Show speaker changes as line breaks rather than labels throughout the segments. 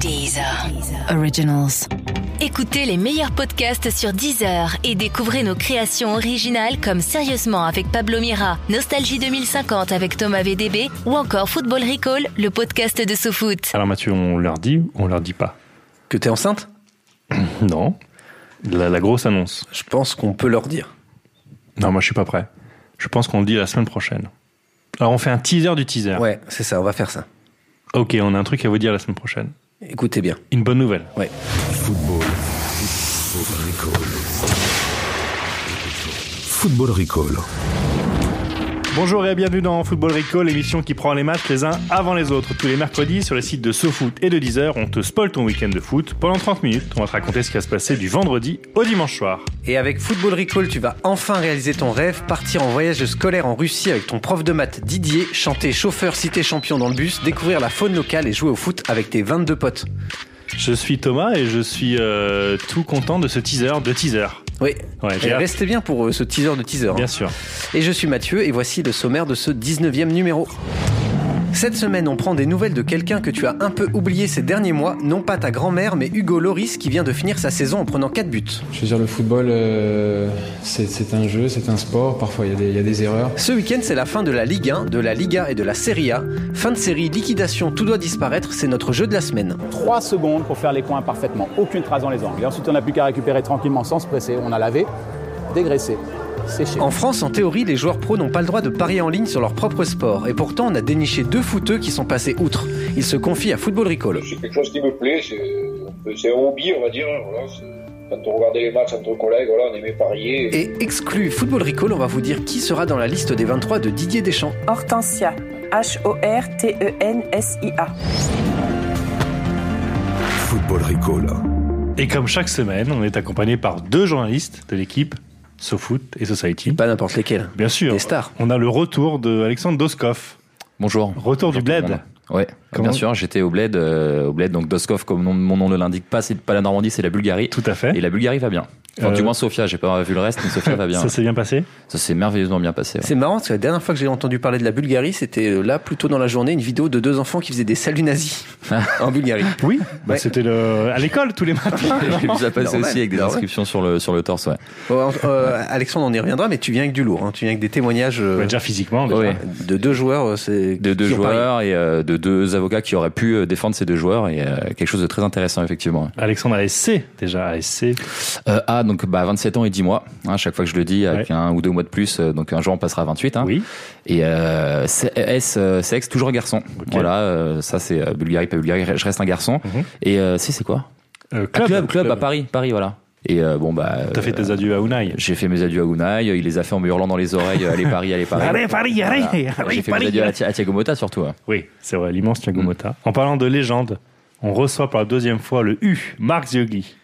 Deezer. Originals. Écoutez les meilleurs podcasts sur Deezer et découvrez nos créations originales comme Sérieusement avec Pablo Mira, Nostalgie 2050 avec Thomas VDB ou encore Football Recall, le podcast de SoFoot.
Alors Mathieu, on leur dit ou on leur dit pas
Que t'es enceinte
Non. La, la grosse annonce.
Je pense qu'on peut leur dire.
Non, moi je suis pas prêt. Je pense qu'on le dit la semaine prochaine. Alors on fait un teaser du teaser.
Ouais, c'est ça, on va faire ça.
Ok, on a un truc à vous dire la semaine prochaine.
Écoutez bien.
Une bonne nouvelle.
Ouais.
Football. Football Recall. Football Recall.
Bonjour et bienvenue dans Football Recall, l'émission qui prend les matchs les uns avant les autres. Tous les mercredis sur les sites de SoFoot et de Deezer, on te spoil ton week-end de foot. Pendant 30 minutes, on va te raconter ce qui va se passer du vendredi au dimanche soir.
Et avec Football Recall, tu vas enfin réaliser ton rêve, partir en voyage scolaire en Russie avec ton prof de maths Didier, chanter chauffeur cité champion dans le bus, découvrir la faune locale et jouer au foot avec tes 22 potes.
Je suis Thomas et je suis euh, tout content de ce teaser de teaser.
Oui.
Ouais, j'ai
Et
hâte.
restez bien pour euh, ce teaser de teaser. hein.
Bien sûr.
Et je suis Mathieu et voici le sommaire de ce 19e numéro. Cette semaine, on prend des nouvelles de quelqu'un que tu as un peu oublié ces derniers mois, non pas ta grand-mère, mais Hugo Loris qui vient de finir sa saison en prenant 4 buts.
Je veux dire, le football, euh, c'est c'est un jeu, c'est un sport. Parfois, il y a des- il y a des erreurs.
Ce week-end, c'est la fin de la Ligue 1, de la Liga et de la Serie A. Fin de série, liquidation, tout doit disparaître, c'est notre jeu de la semaine.
3 secondes pour faire les coins parfaitement, aucune trace dans les angles. Et ensuite, on n'a plus qu'à récupérer tranquillement sans se presser. On a lavé, dégraissé, séché.
En France, en théorie, les joueurs pros n'ont pas le droit de parier en ligne sur leur propre sport. Et pourtant, on a déniché deux footeux qui sont passés outre. Ils se confient à Football Recall.
c'est quelque chose qui me plaît, c'est c'est un hobby, on va dire. hein, Voilà, c'est- quand on regardait les matchs entre collègues, voilà, on aimait parier.
Et exclu Football Recall, on va vous dire qui sera dans la liste des 23 de Didier Deschamps.
Hortensia. H-O-R-T-E-N-S-I-A.
Football Recall.
Et comme chaque semaine, on est accompagné par deux journalistes de l'équipe SoFoot et Society.
Pas n'importe lesquels.
Bien sûr.
Des stars.
On a le retour de Alexandre Doskov.
Bonjour.
Retour du bled.
Ouais,
Comment-
bien sûr, j'étais au bled, euh, au bled, donc Doskov, comme nom- mon nom ne l'indique pas, c'est pas la Normandie, c'est la Bulgarie.
Tout à fait.
Et la Bulgarie va bien. Enfin,
Euh,
du moins Sofia, j'ai pas vu le reste, mais Sofia va bien.
Ça s'est bien passé
Ça s'est merveilleusement bien passé. ouais.
C'est marrant parce que la dernière fois que j'ai entendu parler de la Bulgarie, c'était euh, là, plus tôt dans la journée, une vidéo de deux enfants qui faisaient des saluts nazis
Ah.
en Bulgarie.
Oui. Bah,
Ouais.
C'était le... à l'école tous les matins.
J'ai vu ça passer
Normal.
aussi avec des
Normal.
inscriptions sur le, sur le torse, ouais.
Bon, euh, Alexandre, on y reviendra, mais tu viens avec du lourd. hein. Tu viens avec des témoignages euh,
Ouais, Bah, déjà physiquement. déjà.
Ouais.
de deux joueurs. euh, c'est-
De deux
qui ont parié.
joueurs et euh, de deux avocats qui auraient pu euh, défendre ces deux joueurs et euh, quelque chose de très intéressant, effectivement.
Alexandre ASC, déjà ASC.
Euh, ah, donc bah, 27 ans et 10 mois, hein, chaque fois que je le dis, avec
Ouais.
un ou deux mois de plus, euh, donc un jour on passera à 28. Hein.
Oui.
Et euh, c'est- S, euh, sexe, toujours garçon.
Ok.
Voilà, euh, ça c'est euh, Bulgarie, pas Bulgarie, je reste un garçon.
Mhm.
Et euh, si c'est quoi
Euh,
Ah, club, club, à Paris, Paris, voilà. Et euh, bon, bah.
T'as fait
euh,
tes adieux à Unai.
J'ai fait mes adieux à Unai, il les a fait en me hurlant dans les oreilles, allez Paris, allez Paris.
Allez, Paris, allez,
Voilà.
allez,
J'ai fait
Paris.
mes adieux à, Thi- à Thiago Motta surtout. hein.
Oui, c'est vrai, l'immense Thiago
Mm.
Motta. En parlant de légende, on reçoit pour la deuxième fois le U, Marc Ziogli.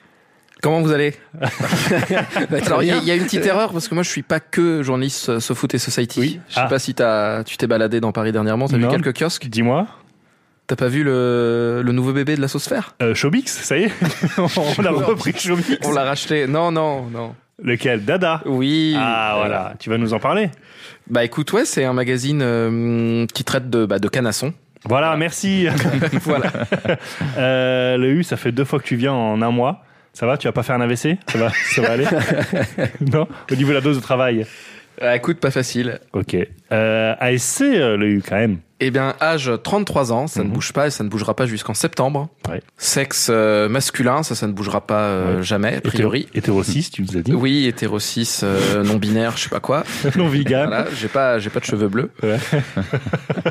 Comment vous allez
Bah, très
Alors il y,
bien.
a- il y a une petite erreur parce que moi je suis pas que journaliste euh, SoFoot et Society.
Oui.
Je sais
Ah.
pas si t'as- tu t'es baladé dans Paris dernièrement, t'as vu
Non.
quelques kiosques.
Dis-moi,
T'as pas vu le, le nouveau bébé de la sauce fer
euh, Showbix, ça y est On a repris Showbix.
On l'a racheté. Non non non.
Lequel Dada
Oui.
Ah voilà, tu vas nous en parler
Bah écoute ouais c'est un magazine euh, qui traite de bah, de canassons.
Voilà, merci
voilà.
Euh, Le U, ça fait deux fois que tu viens en un mois. Ça va Tu vas pas faire un AVC ça va, ça va aller Non Au niveau de la dose de travail
Bah, écoute pas facile.
Ok. Euh, ASC, euh, le U, quand même.
Eh bien, âge 33 ans, ça ne
Mhm.
bouge pas et ça ne bougera pas jusqu'en septembre.
Ouais.
Sexe euh, masculin, ça, ça ne bougera pas euh,
Ouais.
jamais, a priori.
Hétéro 6, tu nous as dit.
Oui, hétéro 6, euh, non-binaire, je sais pas quoi.
Non vegan.
Voilà, j'ai pas, j'ai pas de cheveux bleus.
Ouais.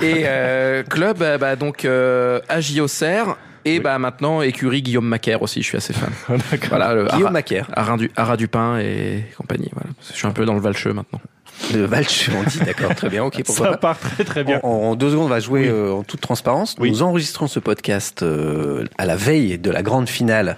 Et euh, club, euh, bah, donc euh, AJ Auxerre et bah maintenant écurie Guillaume Macaire aussi, je suis assez fan.
D'accord.
Voilà, le
Guillaume
Ara-
Macaire,
Ara du, Ara Dupin et compagnie. Voilà. Parce que Je suis un peu dans le Valcheux maintenant.
de Valche, on dit, d'accord, très bien, ok, pourquoi
Ça
pas.
part très très bien.
En, en deux secondes, on va jouer euh, en toute transparence.
Oui.
Nous enregistrons ce podcast euh, à la veille de la grande finale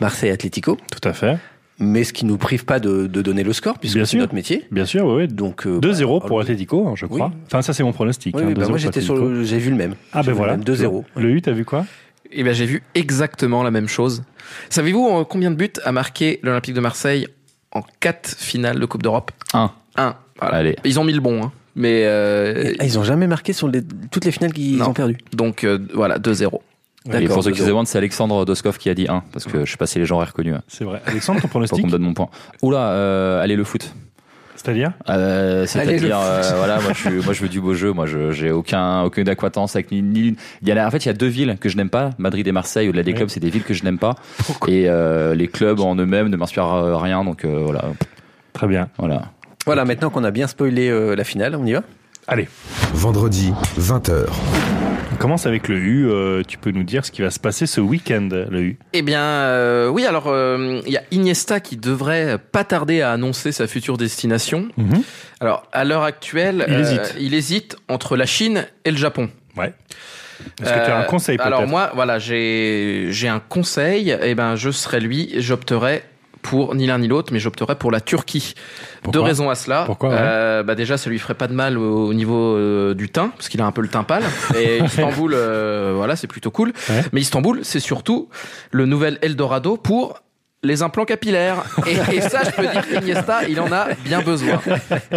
Marseille-Atlético,
Tout à fait.
mais ce qui nous prive pas de, de donner le score, puisque
Bien
c'est
sûr.
notre métier.
Bien sûr, oui. oui.
Donc euh,
2-0
bah,
pour
oui.
Atletico, hein, je
Oui.
crois. Enfin, ça, c'est mon pronostic.
Oui,
hein,
oui, bah
2-0
moi
pour
j'étais sur
Atlético.
le, j'ai vu le même.
Ah,
J'ai
ben
vu
voilà.
le même, 2-0.
Le U, t'as vu quoi
Et Eh bien j'ai vu exactement la même chose. Savez-vous euh, combien de buts a marqué l'Olympique de Marseille en quatre finales de Coupe d'Europe
Un.
Un. Voilà.
Allez.
Ils ont mis le bon, hein. mais euh,
Ah, ils ont jamais marqué sur les- toutes les finales qu'ils
Non.
ont perdues.
donc euh, voilà 2-0.
Et
D'accord,
pour ceux qui se
2-0.
demandent, c'est Alexandre Doskov qui a dit 1, parce que je sais pas si les gens auraient reconnu. hein.
C'est vrai. Alexandre, ton
Faut qu'on
pronostic
me donne mon point. Oula, euh, allez le foot.
C'est-à-dire
Allez,
Euh,
le
C'est-à-dire, euh, voilà, moi je, suis- moi je veux du beau jeu, moi je j'ai aucun aucune acquaintance avec ni, ni l'une. Il y a la- en fait il y a deux villes que je n'aime pas, Madrid et Marseille. Au-delà des
Ouais.
clubs, c'est des villes que je n'aime pas. et euh, les clubs en eux-mêmes ne m'inspirent euh, rien, donc euh, voilà,
Très bien.
voilà.
Voilà, maintenant qu'on a bien spoilé euh, la finale, on y va
Allez,
Vendredi, 20h.
on commence avec le U. euh, tu peux nous dire ce qui va se passer ce week-end, le U
Eh bien, euh, oui, alors, euh, il y a Iniesta qui devrait pas tarder à annoncer sa future destination.
Mhm.
Alors, à l'heure actuelle, euh,
Il hésite.
il hésite entre la Chine et le Japon.
Ouais. Est-ce que tu as un
Euh,
conseil peut-être
Alors, moi, voilà, j'ai j'ai un conseil. Eh ben, je serais lui, j'opterais pour ni l'un ni l'autre, mais j'opterais pour la Turquie.
Pourquoi
Deux raisons à cela.
Pourquoi, ouais.
Euh, bah déjà, ça lui ferait pas de mal au, au niveau euh, du teint, parce qu'il a un peu le teint pâle. Et Istanbul, euh, voilà, c'est plutôt cool.
Ouais.
Mais Istanbul, c'est surtout le nouvel Eldorado pour les implants capillaires. Et, et ça, je peux dire qu'Iniesta, il en a bien besoin.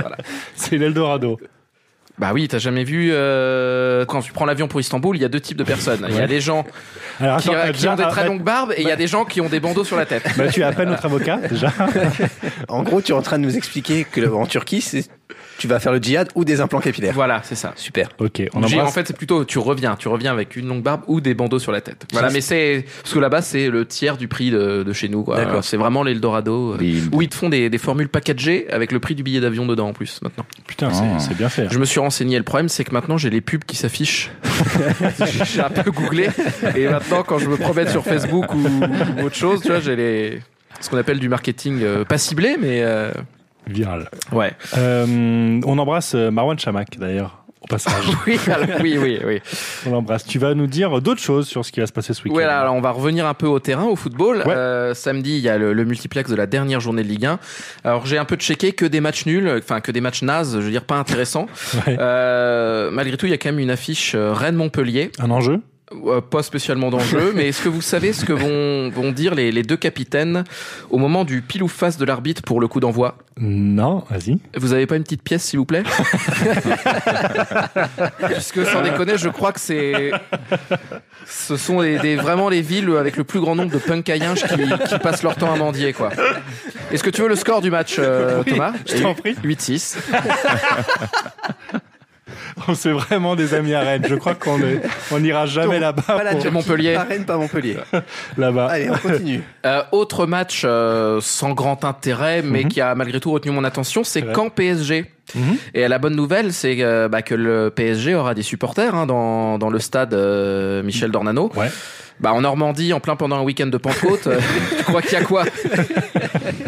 C'est l'Eldorado.
Bah oui, t'as jamais vu... euh, quand tu prends l'avion pour Istanbul, il y a deux types de personnes. Il y a des gens
Alors,
qui,
attends,
qui
déjà,
ont des très
bah-
longues barbes et il y a des gens qui ont des bandeaux sur la tête.
bah, tu as à peine notre avocat, déjà.
En gros, tu es en train de nous expliquer que en Turquie, c'est- tu vas faire le djihad ou des implants capillaires.
Voilà, c'est ça.
Super.
Ok, on
J'ai-
embrasse.
en fait, c'est plutôt tu reviens, tu reviens avec une longue barbe ou des bandeaux sur la tête. Voilà, mais c'est parce que là-bas c'est le tiers du prix de, de chez nous. quoi.
D'accord.
C'est vraiment l'Eldorado euh,
Bim.
où ils te font des, des formules packagées avec le prix du billet d'avion dedans en plus maintenant.
Putain, c'est-
Ah.
c'est bien fait. hein.
Je me suis renseigné. Le problème c'est que maintenant j'ai les pubs qui s'affichent. j'ai un peu googlé et maintenant quand je me promène sur Facebook ou, ou autre chose, tu vois, j'ai les ce qu'on appelle du marketing euh, pas ciblé, mais euh,
Viral.
ouais.
Euh, on embrasse euh, Marwan Chamak, d'ailleurs, au passage.
Oui, alors, oui, oui, oui.
on l'embrasse. Tu vas nous dire d'autres choses sur ce qui va se passer ce week-end.
Ouais, là, alors on va revenir un peu au terrain, au football.
Ouais.
Euh, samedi, il y a le, le multiplex de la dernière journée de Ligue 1. Alors j'ai un peu checké que des matchs nuls, enfin que des matchs nazes, je veux dire pas intéressants.
Ouais.
Euh, malgré tout, il y a quand même une affiche euh, Rennes-Montpellier,
Un enjeu
Euh, pas spécialement d'enjeu, mais est-ce que vous savez ce que vont, vont dire les, les deux capitaines au moment du pile ou face de l'arbitre pour le coup d'envoi
Non, vas-y.
Vous avez pas une petite pièce, s'il vous plaît Puisque sans déconner, je crois que c'est, ce sont les- des- vraiment les villes avec le plus grand nombre de punks à yinches qui, qui passent leur temps à mendier, quoi. Est-ce que tu veux le score du match, euh, Thomas
je t'en prie.
8-6.
On s'est vraiment des amis à Rennes. Je crois qu'on est- on n'ira jamais là-bas.
Pas la
pour-
Turquie,
Montpellier.
Pas Rennes, pas Montpellier.
Là-bas.
Allez, on continue.
Euh, autre match euh, sans grand intérêt, mais qui a malgré tout retenu mon attention, c'est
Ouais.
Caen PSG.
Mhm.
Et la bonne nouvelle, c'est euh, bah, que le PSG aura des supporters hein, dans, dans le stade euh, Michel Dornano.
Ouais.
Bah, en Normandie, en plein pendant un week-end de Pentecôte, euh, tu crois qu'il y a quoi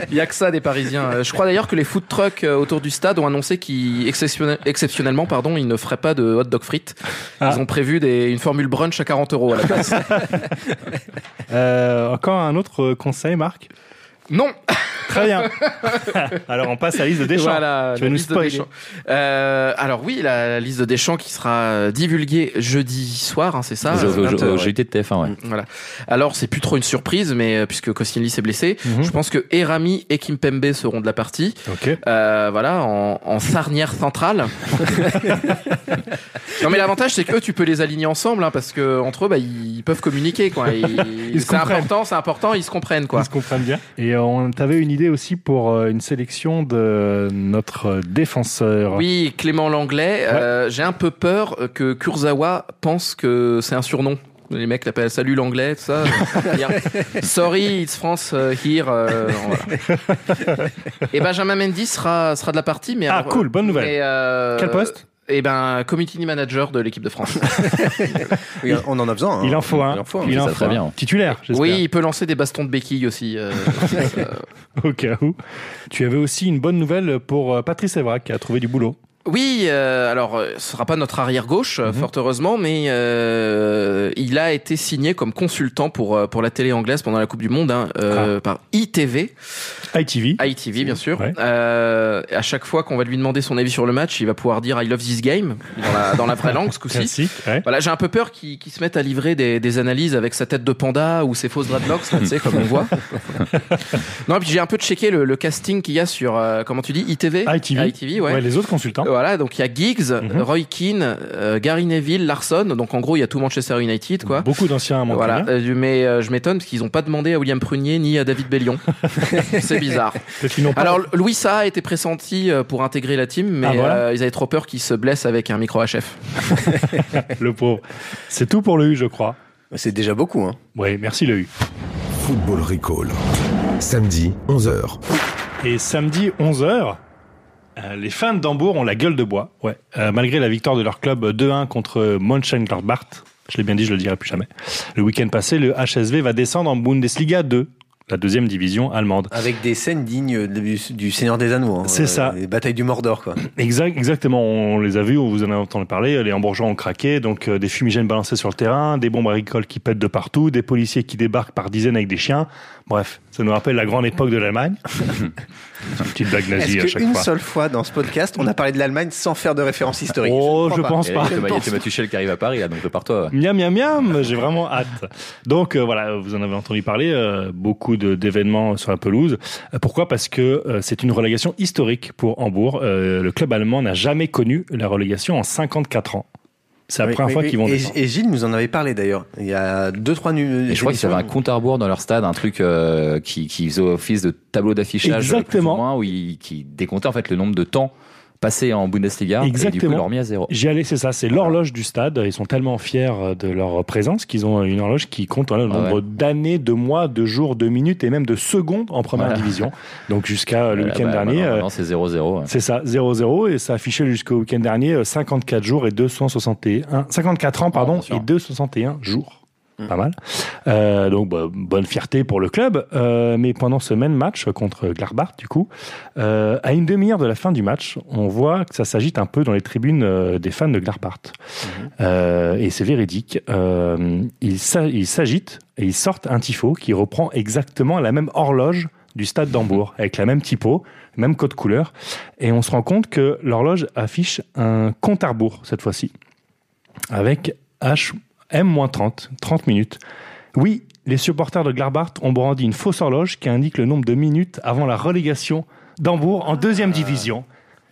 Il y a que ça des Parisiens. Euh, Je crois d'ailleurs que les food trucks euh, autour du stade ont annoncé qu'ils exceptionne- exceptionnellement, pardon, ils ne feraient pas de hot dog frites.
Ah.
Ils ont prévu des, une formule brunch à 40 euros à la place.
Euh, encore un autre conseil, Marc
non,
Très bien. alors, on passe à la liste de Deschamps.
Voilà,
Tu
la
vas nous
liste de
spoiler.
Deschamps. Euh, alors oui, la, la liste de Deschamps qui sera euh, divulguée jeudi soir, hein, c'est ça
Au- au-
euh,
au-
20,
au
ouais. Mm,
JT de TF1, ouais.
Voilà. Alors c'est plus trop une surprise, mais euh, puisque Koscielny s'est blessé,
Mhm.
je pense que Erami et Kimpembe seront de la partie.
Ok.
Euh, voilà, en, en sarnière centrale. non mais l'avantage c'est que eux, tu peux les aligner ensemble, hein, parce que entre eux, bah, ils peuvent communiquer, quoi. Ils-
Ils se
c'est
comprennent.
important, c'est important, ils se comprennent, quoi.
Ils se comprennent bien. Et euh, on t'avait une idée aussi pour euh, une sélection de euh, notre euh, défenseur.
Oui, Clément Langlais. euh, J'ai un peu peur euh, que Kurzawa pense que c'est un surnom. Les mecs l'appellent Salut l'anglais, tout ça. Bien. Sorry, it's France euh, here. euh, voilà. Et Benjamin Mendy sera, sera de la partie. Mais
Ah,
alors,
cool, bonne nouvelle.
mais, euh,
Quel poste
Eh ben, community manager de l'équipe de France.
Oui, on en a besoin. hein.
Il en faut un.
Il en faut un.
Il en
ça
faut
serait
un.
bien.
Titulaire, j'espère.
oui, il peut lancer des bastons de béquilles aussi. euh, euh,
Au cas où. Tu avais aussi une bonne nouvelle pour euh, Patrice Evra qui a trouvé du boulot.
Oui, euh, alors euh, ce sera pas notre arrière gauche, euh, fort heureusement, mais euh, il a été signé comme consultant pour euh, pour la télé anglaise pendant la Coupe du Monde hein, euh, par ITV,
ITV.
ITV bien sûr.
Ouais.
Euh, à chaque fois qu'on va lui demander son avis sur le match, il va pouvoir dire I love this game dans la dans la vraie langue ce coup-ci.
Classique. ouais.
Voilà, j'ai un peu peur qu'il qu'il se mette à livrer des, des analyses avec sa tête de panda ou ses fausses dreadlocks, là, tu sais, comme on voit. non, et puis j'ai un peu checké le, le casting qu'il y a sur, euh, comment tu dis, ITV
ITV.
ouais. Euh,
les autres consultants.
voilà, donc il y a Giggs, Roy Keane, euh, Gary Neville, Larson. Donc en gros, il y a tout Manchester United, quoi.
Beaucoup d'anciens
Voilà,
Montréalais.
euh, mais euh, je m'étonne parce qu'ils n'ont pas demandé à William Prunier ni à David Bellion. c'est bizarre.
Peut-être qu'ils n'ont pas-
Alors, Louis Sa a été pressenti euh, pour intégrer la team, mais
Ah, voilà.
euh, ils avaient trop peur qu'il se blesse avec un micro HF.
le pauvre. C'est tout pour le U, je crois.
C'est déjà beaucoup, hein.
Oui, merci le U.
Football Recall. Samedi, 11h.
Et samedi 11h, les fans d'Hambourg ont la gueule de bois. Ouais. Euh, malgré la victoire de leur club 2-1 contre Mönchengladbach, je l'ai bien dit, je le dirai plus jamais. Le week-end passé, le HSV va descendre en Bundesliga 2, la deuxième division allemande.
Avec des scènes dignes de- du, du Seigneur des Anneaux. hein.
C'est ça.
Les batailles du Mordor, quoi.
Exact, exactement, on les a vus, on vous en a entendu parler, les Hambourgeois ont craqué, donc euh, des fumigènes balancés sur le terrain, des bombes agricoles qui pètent de partout, des policiers qui débarquent par dizaines avec des chiens. Bref, ça nous rappelle la grande époque de l'Allemagne. C'est une petite blague nazie à
Est-ce
chaque
qu'une
fois.
seule fois dans ce podcast, on a parlé de l'Allemagne sans faire de référence historique
Oh, je
crois pas.
pense
Il y
pas.
a Thomas- il y a Thomas Tuchel qui arrive à Paris, là, donc prépare-toi.
Miam, miam, miam, j'ai vraiment hâte. Donc euh, voilà, vous en avez entendu parler, euh, beaucoup de- d'événements sur la pelouse. Euh, Pourquoi Parce que euh, c'est une relégation historique pour Hambourg. Euh, le club allemand n'a jamais connu la relégation en 54 ans. C'est la
Oui,
première
oui,
fois
oui.
qu'ils vont
et,
descendre.
et Gilles nous en avait parlé d'ailleurs. Il y a deux, trois nu-
Et je crois qu'ils avaient un
émissions.
compte à rebours dans leur stade, un truc euh, qui, qui faisait office de tableau d'affichage. plus ou
Exactement.
moins, où ils- qui décomptait en fait le nombre de temps passé en Bundesliga. Et du coup,
Exactement.
ils l'ont remis à zéro.
J'y allais, c'est ça, c'est l'horloge du stade. Ils sont tellement fiers euh, de leur présence qu'ils ont une horloge qui compte voilà, le
Ah ouais.
nombre d'années, de mois, de jours, de minutes et même de secondes en première
Voilà.
division. Donc jusqu'à euh, le
Euh,
week-end
bah,
dernier.
maintenant,
euh,
maintenant, c'est 0-0. ouais.
C'est ça, 0-0, et ça affichait jusqu'au week-end dernier euh, 54 jours et 261, 54 ans, pardon,
bien sûr.
et 261 jours. Pas mal. Euh, donc, bah, bonne fierté pour le club. Euh, mais pendant ce même match euh, contre Glarbart, du coup, euh, à une demi-heure de la fin du match, on voit que ça s'agite un peu dans les tribunes euh, des fans de Glarbart. Euh, et c'est véridique. Euh, ils s'a- ils s'agitent et ils sortent un tifo qui reprend exactement la même horloge du stade d'Hambourg, avec la même typo, même code couleur. Et on se rend compte que l'horloge affiche un compte à rebours cette fois-ci, avec H M-30, 30 minutes. Oui, les supporters de Glarbart ont brandi une fausse horloge qui indique le nombre de minutes avant la relégation d'Hambourg en deuxième
Ah.
division.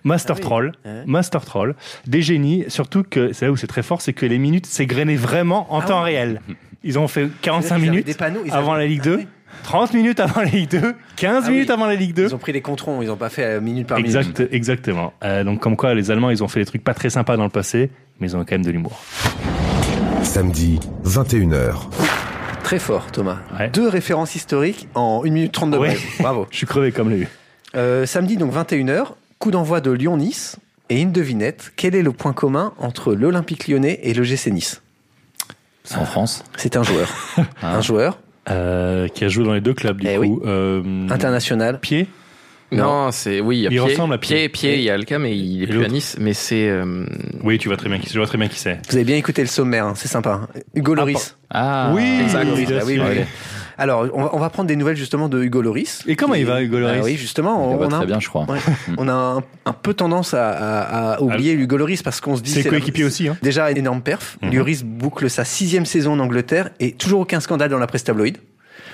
Master Troll, Master Troll, des génies, surtout que c'est là où c'est très fort, c'est que les minutes s'égrenaient vraiment en
Ah
temps
oui.
réel. Ils ont fait 45
Ils avaient
minutes
des panneaux, ils
avant
avaient-
la Ligue
Ah
2,
ouais.
30 minutes avant la Ligue 2, 15
Ah oui.
minutes avant la Ligue 2.
Ils ont pris les controns, ils n'ont pas fait euh, minute par minute.
Exact, exactement. Euh, donc comme quoi les Allemands, ils ont fait des trucs pas très sympas dans le passé, mais ils ont quand même de l'humour.
Samedi, 21h.
Très fort, Thomas.
Ouais.
Deux références historiques en 1 minute 32.
Ouais.
Bravo.
Je suis crevé comme lui.
Euh, samedi, donc 21h, coup d'envoi de Lyon-Nice. Et une devinette, quel est le point commun entre l'Olympique lyonnais et le GC Nice
C'est en France.
C'est un joueur.
Ah.
Un joueur
Euh, qui a joué dans les deux clubs du
Eh
coup.
oui.
Euh,
international.
pied.
Non, c'est oui, il y a
Il
pied,
ressemble à Pied.
pied, pied, il y a Alka, mais il est
Et
plus à
l'autre
Nice, mais c'est euh,
Oui, tu vois très bien qui, je vois très bien qui c'est.
Vous avez bien écouté le sommaire, hein, c'est sympa. Hugo Loris.
Ah,
bah oui,
exact.
bien
Ah oui,
sûr.
oui. Alors, on va, on va prendre des nouvelles justement de Hugo Loris.
Et comment il va, Hugo Loris
Ah oui, justement,
Ça
on,
va
on
bah,
a,
très
un-
bien, je crois.
ouais, on a un, un peu tendance à, à- à oublier Hugo Loris parce qu'on se dit
C'est
la-
coéquipier aussi, hein.
Déjà énorme perf. Loris boucle sa sixième saison en Angleterre et toujours aucun scandale dans la presse tabloïde.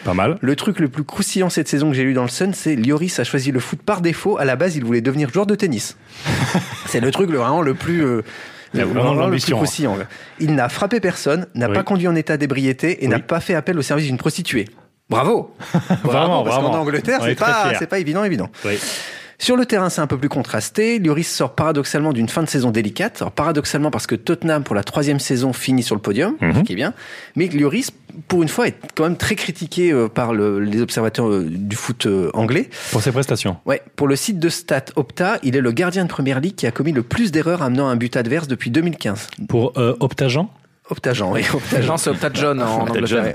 Pas mal.
Le truc le plus croustillant cette saison que j'ai lu dans le Sun, c'est Lloris a choisi le foot par défaut. À la base, il voulait devenir joueur de tennis. c'est le truc le- vraiment le plus. euh,
Il y a vraiment de
le plus
l'ambition, hein.
croustillant. là. Il n'a frappé personne, n'a
Oui.
pas conduit en état d'ébriété et n'a
Oui.
pas fait appel au service d'une prostituée. Bravo
Vraiment,
parce
vraiment.
qu'en Angleterre,
On est
c'est
très
pas,
fiers.
c'est pas évident, évident.
Oui.
Sur le terrain, c'est un peu plus contrasté. Lloris sort paradoxalement d'une fin de saison délicate. Alors, paradoxalement parce que Tottenham, pour la troisième saison, finit sur le podium,
Mhm.
ce qui est bien. Mais Lloris, pour une fois, est quand même très critiqué euh, par le- les observateurs euh, du foot euh, anglais.
Pour ses prestations.
Ouais, pour le site de stat Opta, il est le gardien de première ligue qui a commis le plus d'erreurs amenant un but adverse depuis 2015.
Pour euh, Optajan.
Optajan, oui, Optajan.
non, c'est Opta John en Angleterre.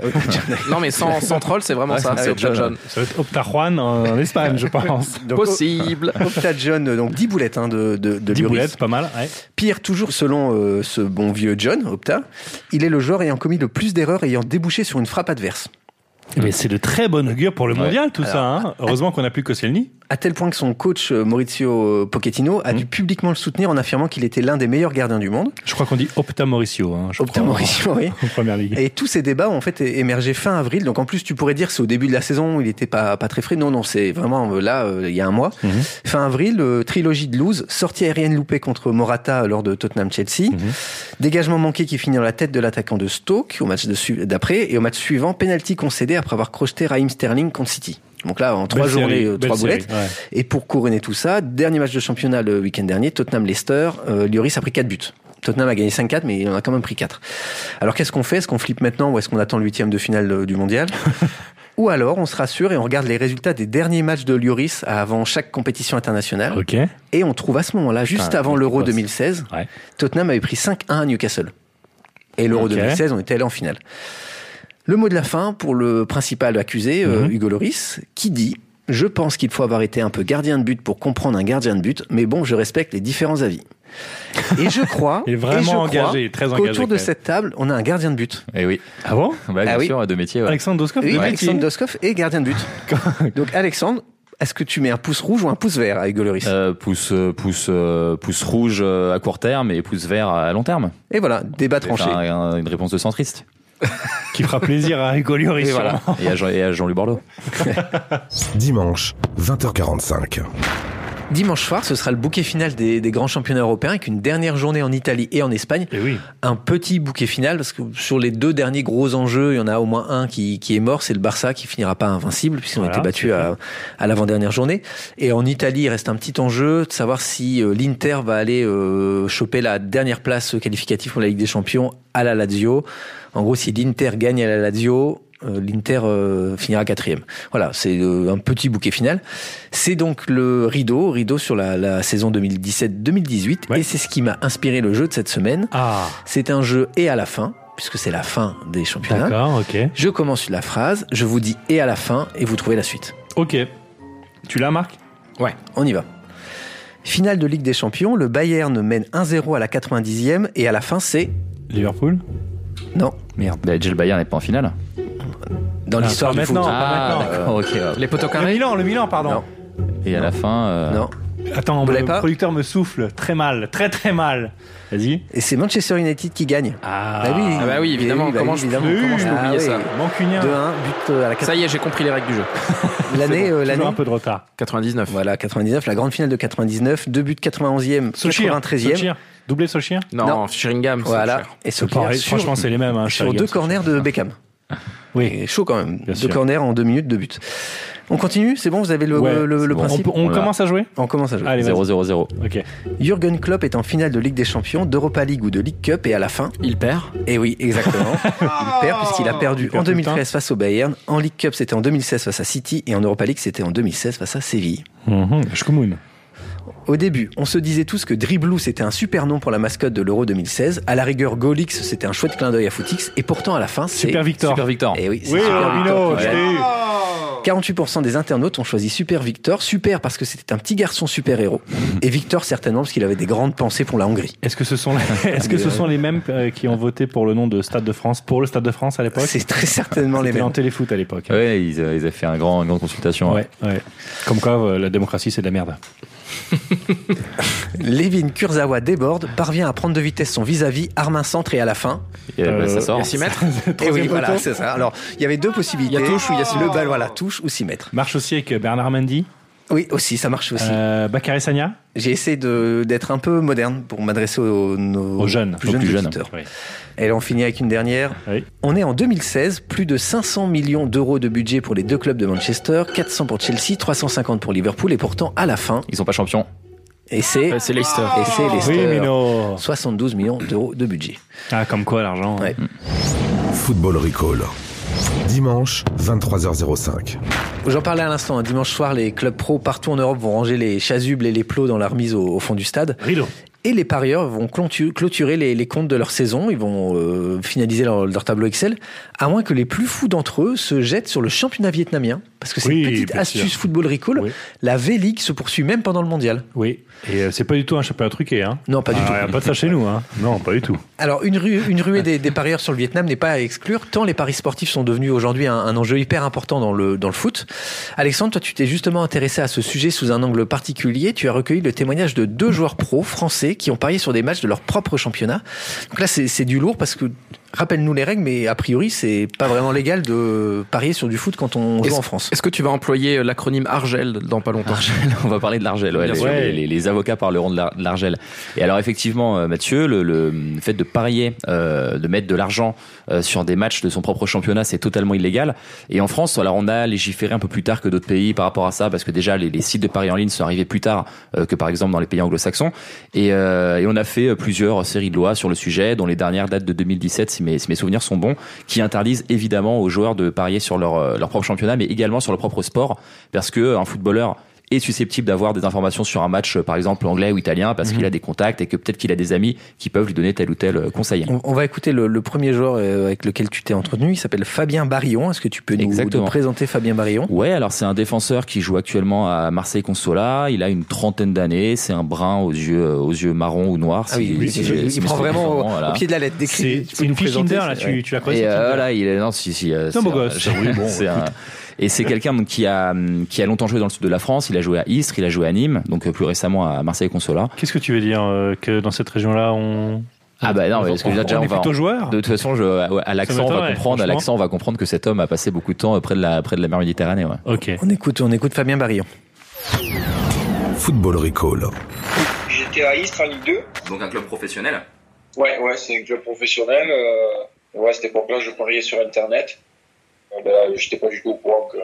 Non, mais sans, sans troll, c'est vraiment ça, c'est
Euh,
Opta John.
Euh, Ça va être Optajuan en, en Espagne, je pense.
Donc,
Possible.
Optajon, euh, donc 10 boulettes hein, de, de, de
10
Lloris.
boulettes, pas mal. ouais.
Pire toujours, selon euh, ce bon vieux John Opta, il est le joueur ayant commis le plus d'erreurs ayant débouché sur une frappe adverse.
Mais c'est de très bon augure pour le mondial, tout ça. hein. Heureusement qu'on n'a plus Koscielny.
à tel point que son coach euh, Maurizio Pochettino a dû publiquement le soutenir en affirmant qu'il était l'un des meilleurs gardiens du monde.
Je crois qu'on dit Opta Mauricio. Hein, je
Opta
crois,
Mauricio, oui.
En première ligue.
Et tous ces débats ont en fait é- émergé fin avril. Donc en plus, tu pourrais dire que c'est au début de la saison, il n'était pas, pas très frais. Non, non, c'est vraiment euh, là, euh, il y a un mois.
Mhm.
Fin avril, euh, trilogie de loose, sortie aérienne loupée contre Morata lors de Tottenham-Chelsea,
Mhm.
dégagement manqué qui finit dans la tête de l'attaquant de Stoke au match de su- d'après, et au match suivant, penalty concédé après avoir crocheté Raheem Sterling contre City. Donc là, en trois
Belle série,
journées, euh,
belle
trois
série,
boulettes.
ouais.
Et pour couronner tout ça, dernier match de championnat le week-end dernier, Tottenham-Leicester, euh, Lloris a pris 4 buts. Tottenham a gagné 5-4, mais il en a quand même pris 4. Alors qu'est-ce qu'on fait Est-ce qu'on flippe maintenant ou est-ce qu'on attend le huitième de finale euh, du mondial Ou alors on se rassure et on regarde les résultats des derniers matchs de Lloris avant chaque compétition internationale.
Ok.
Et on trouve à ce moment-là, juste
Putain,
avant
il
l'Euro
dépasse.
2016,
Ouais.
Tottenham avait pris 5-1 à Newcastle. Et l'Euro
Ok.
2016, on était allé en finale. Le mot de la fin pour le principal accusé, euh,
Mhm.
Hugo Loris, qui dit Je pense qu'il faut avoir été un peu gardien de but pour comprendre un gardien de but, mais bon, je respecte les différents avis. Et je crois,
Il est vraiment
et je crois
engagé, très engagé,
qu'autour
quand
de
même.
cette table, on a un gardien de but.
Et oui.
Ah bon
Bah, bien
oui.
sûr, à deux métiers. ouais.
Alexandre Doskov
Oui,
le mec
Alexandre
qui-
Doskov est gardien de but. Donc, Alexandre, est-ce que tu mets un pouce rouge ou un pouce vert à Hugo Loris
Euh, pouce, euh, pouce, euh, pouce rouge euh, à court terme et pouce vert à long terme.
Et voilà, débat tranché.
Enfin, un- une réponse de centriste.
qui fera plaisir à Hugo Lloris.
Et voilà. Et à Jean- et à Jean-Luc Borloo.
Dimanche, 20h45.
Dimanche soir, ce sera le bouquet final des, des grands championnats européens avec une dernière journée en Italie et en Espagne.
Et Eh oui.
Un petit bouquet final parce que sur les deux derniers gros enjeux, il y en a au moins un qui, qui est mort, c'est le Barça qui finira pas invincible puisqu'ils ont
Voilà,
été battus à, à l'avant-dernière journée. Et en Italie, il reste un petit enjeu de savoir si euh, l'Inter va aller euh, choper la dernière place qualificative pour la Ligue des Champions à la Lazio. En gros, si l'Inter gagne à la Lazio, euh, l'Inter euh, finira quatrième. Voilà, c'est euh, un petit bouquet final. C'est donc le rideau, rideau sur la, la saison 2017-2018,
Ouais.
et c'est ce qui m'a inspiré le jeu de cette semaine.
Ah,
C'est un jeu et à la fin, puisque c'est la fin des championnats.
d'accord, ok.
Je commence la phrase, je vous dis et à la fin, et vous trouvez la suite.
Ok. Tu l'as, Marc
Ouais, on y va. Finale de Ligue des Champions, le Bayern mène 1-0 à la 90e, et à la fin, c'est...
Liverpool
Non,
Merde. Bah, Gilles Bayard n'est pas en finale.
dans
Ah,
l'histoire
pas
du foot.
maintenant. Ah, maintenant.
d'accord, ok.
Les poteaux
Le
carrés
Milan, le Milan, pardon.
Non.
Et à la fin.
Ah.
euh,
Non,
Attends,
Vous l'avez
le
pas
producteur me souffle très mal, très très mal. Vas-y.
et c'est Manchester United qui gagne.
Ah,
Bah oui,
Ah bah oui, évidemment,
bah
comment
oui,
je-
évidemment.
oui,
Comment je peux
ah
oublier
oui.
ça
Mancunien.
2-1, but euh, à la
Ça y est, j'ai compris les règles du jeu.
L'année, euh, l'année.
Toujours un peu de retard.
99.
Voilà, 99, la grande finale de 99, deux buts 91e, 93e.
Sochir. Doublé de Sochir
Non,
Non.
Sheringham. c'est
Voilà,
cher.
et ce
Pareil,
sur,
Franchement, c'est les mêmes. Hein,
sur
Schalke.
deux corners de Beckham.
Oui.
Et chaud quand même. deux
sûr.
corners en deux minutes, deux buts. On continue, c'est bon, vous avez le,
Ouais,
le- le
c'est bon.
principe.
On, peut- on
Voilà.
commence à jouer
On commence à jouer.
Allez, vas-y.
0-0-0.
Ok.
Jürgen Klopp est en finale de Ligue des Champions, d'Europa League ou de League Cup et à la fin,
Il perd.
Eh
et oui, exactement, il perd puisqu'il a perdu
Oh Il perd
en
tout le temps.
2013 face au Bayern, en League Cup c'était en 2016 face à City et en Europa League c'était en 2016 face à Séville.
Je commoune.
Au début, on se disait tous que Driblou c'était un super nom pour la mascotte de l'Euro 2016, à la rigueur Golix c'était un chouette clin d'œil à Footix et pourtant à la fin c'est...
Super Victor.
Super Victor.
Eh oui, c'est
Oui,
Super
Robino,
Victor qui
je
gagne.
l'ai eu.
48% des internautes ont choisi Super Victor. Super parce que c'était un petit garçon super-héros. Et Victor certainement parce qu'il avait des grandes pensées pour la Hongrie.
Est-ce que ce sont les, est-ce que ce sont les mêmes euh, qui ont voté pour le nom de Stade de France, pour le Stade de France à l'époque
C'est très certainement les
C'était en
mêmes.
téléfoot à l'époque.
Ouais, ils, euh, ils avaient fait un grand, une grande consultation.
Ouais, ouais. Comme quoi, euh, la démocratie, c'est de la merde.
Lévin Kurzawa déborde, parvient à prendre de vitesse son vis-à-vis, arme un centre et à la fin.
Et, euh, bah,
Euh,
ça
Il y
sort.
a 6 mètres.
Et oui, voilà, c'est ça. Alors, il y avait deux possibilités.
Ah, Il y a touche ou il y a six
Le
mètres.
bal, voilà, touche ou 6 mètres.
Marche aussi avec Bernard Mendy,
Oui, aussi, ça marche aussi.
euh, Bakary Sagna.
J'ai essayé de- d'être un peu moderne pour m'adresser aux, nos
Aux jeunes,
plus
aux
jeunes
plus jeunes.
auditeurs.
Oui.
Et là, on finit avec une dernière.
Oui.
On est en 2016, plus de 500 millions d'euros de budget pour les deux clubs de Manchester, 400 pour Chelsea, 350 pour Liverpool, et pourtant, à la fin,
Ils sont pas champions.
et c'est
Ouais, C'est Leicester.
et c'est Leicester,
Oui, Mino.
72 millions d'euros de budget.
Ah, comme quoi l'argent.
Ouais.
Football Recall. Dimanche, 23h05.
J'en parlais à l'instant, hein, dimanche soir, les clubs pro partout en Europe vont ranger les chasubles et les plots dans la remise au, au fond du stade.
Rideau.
Et les parieurs vont clontu- clôturer les, les comptes de leur saison, ils vont euh, finaliser leur, leur tableau Excel, à moins que les plus fous d'entre eux se jettent sur le championnat vietnamien, parce que c'est
Oui,
une petite
bien
astuce
sûr.
football recall,
Oui.
la V-League se poursuit même pendant le mondial.
Oui. Et euh, c'est pas du tout un championnat truqué, hein.
Non, pas du
Ah,
tout.
y a pas de ça chez nous, hein. Non, pas du tout.
Alors, une, rue, une ruée des, des parieurs sur le Vietnam n'est pas à exclure, tant les paris sportifs sont devenus aujourd'hui un, un enjeu hyper important dans le, dans le foot. Alexandre, toi, tu t'es justement intéressé à ce sujet sous un angle particulier. Tu as recueilli le témoignage de deux joueurs pros français qui ont parié sur des matchs de leur propre championnat. Donc là, c'est c'est du lourd parce que, rappelle-nous les règles, mais a priori, c'est pas vraiment légal de parier sur du foot quand on joue en France.
Est-ce que tu vas employer euh, l'acronyme Argel dans pas longtemps
on va parler de l'argel. ouais,
Bien
les,
sûr.
les- les- les avocats parleront de l'ar- de l'argel. Et alors effectivement, euh, Mathieu, le, le fait de parier, euh, de mettre de l'argent euh, sur des matchs de son propre championnat, c'est totalement illégal. Et en France, alors on a légiféré un peu plus tard que d'autres pays par rapport à ça, parce que déjà les, les sites de paris en ligne sont arrivés plus tard euh, que par exemple dans les pays anglo-saxons. Et, euh, et on a fait euh, plusieurs séries de lois sur le sujet, dont les dernières datent de 2017, si mes, si mes souvenirs sont bons, qui interdisent évidemment aux joueurs de parier sur leur, euh, leur propre championnat, mais également sur leur propre sport, parce que euh, un footballeur est susceptible d'avoir des informations sur un match, euh, par exemple anglais ou italien, parce
Mhm.
qu'il a des contacts et que peut-être qu'il a des amis qui peuvent lui donner tel ou tel euh, conseil.
On, on va écouter le, le premier joueur euh, avec lequel tu t'es entretenu. Il s'appelle Fabien Barillon. Est-ce que tu peux nous,
Exactement.
nous présenter Fabien Barillon
Ouais, alors c'est un défenseur qui joue actuellement à Marseille Consola. Il a une trentaine d'années. C'est un brun aux yeux aux yeux marron ou noirs.
Ah oui, oui,
si-
il-
si-
il,
si mes
prend
souvenirs
vraiment
sont
au,
bons, voilà.
au pied de la lettre. Décris,
C'est
tu peux
c'est
nous
une fiche
présenter,
Tinder,
c'est-
là, tu, tu la connais
Et
cette
euh,
Tinder
voilà, il est non, si si, euh,
C'est un beau
c'est
gosse.
c'est un- c'est un- et c'est quelqu'un donc, qui a hum, qui a longtemps joué dans le sud de la France. Il a joué à Istres, il a joué à Nîmes, donc euh, plus récemment à Marseille Consola.
Qu'est-ce que tu veux dire euh, que dans cette région-là, on.
Ah bah non,
on,
mais parce que déjà,
on
on
est
va
plutôt
en-
joueur.
De toute façon, je, à- à l'accent, on va
m'étonnerait,
comprendre. À
franchement.
l'accent, on va comprendre que cet homme a passé beaucoup de temps euh, près de la près de la mer Méditerranée. Ouais.
Ok.
On écoute, on écoute Fabien Barillon.
Football Recall.
J'étais à Istres en Ligue 2.
Donc un club professionnel.
Ouais, ouais, c'est un club professionnel. euh, ouais, à cette époque-là, je pariais sur Internet. Euh, ben, j'étais pas du tout au courant que, que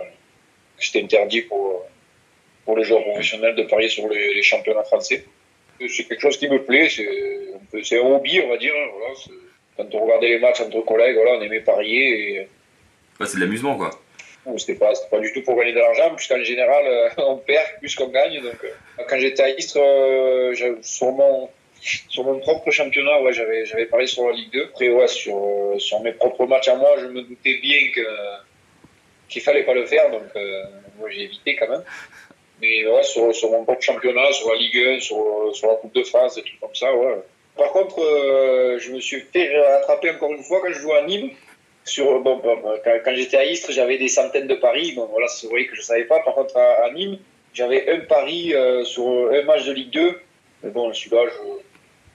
c'était interdit pour, euh, pour les joueurs professionnels de parier sur les, les championnats français. C'est quelque chose qui me plaît, c'est un, peu- c'est un hobby, on va dire. hein, voilà, c'est- quand on regardait les matchs entre collègues, voilà, on aimait parier. Et,
c'est de l'amusement quoi.
Bon, C'était pas, c'était pas du tout pour gagner de l'argent, puisqu'en général, euh, on perd plus qu'on gagne. Donc, euh, quand j'étais à Istres, euh, j'avais- sur, mon, sur mon propre championnat, ouais, j'avais, j'avais parlé sur la Ligue 2. Après, ouais, sur, euh, sur mes propres matchs à moi, je me doutais bien que, qu'il fallait pas le faire. Donc, euh, moi, j'ai évité quand même. Mais ouais, sur, sur mon propre championnat, sur la Ligue 1, sur, sur la Coupe de France, des trucs comme ça, ouais. Par contre, euh, je me suis fait rattraper encore une fois quand je jouais à Nîmes sur bon, bon, bon, quand, quand j'étais à Istres, j'avais des centaines de paris. Bon, voilà, c'est vrai que je savais pas. Par contre, à, à Nîmes, j'avais un pari euh, sur un match de Ligue 2. Mais bon, celui-là, je-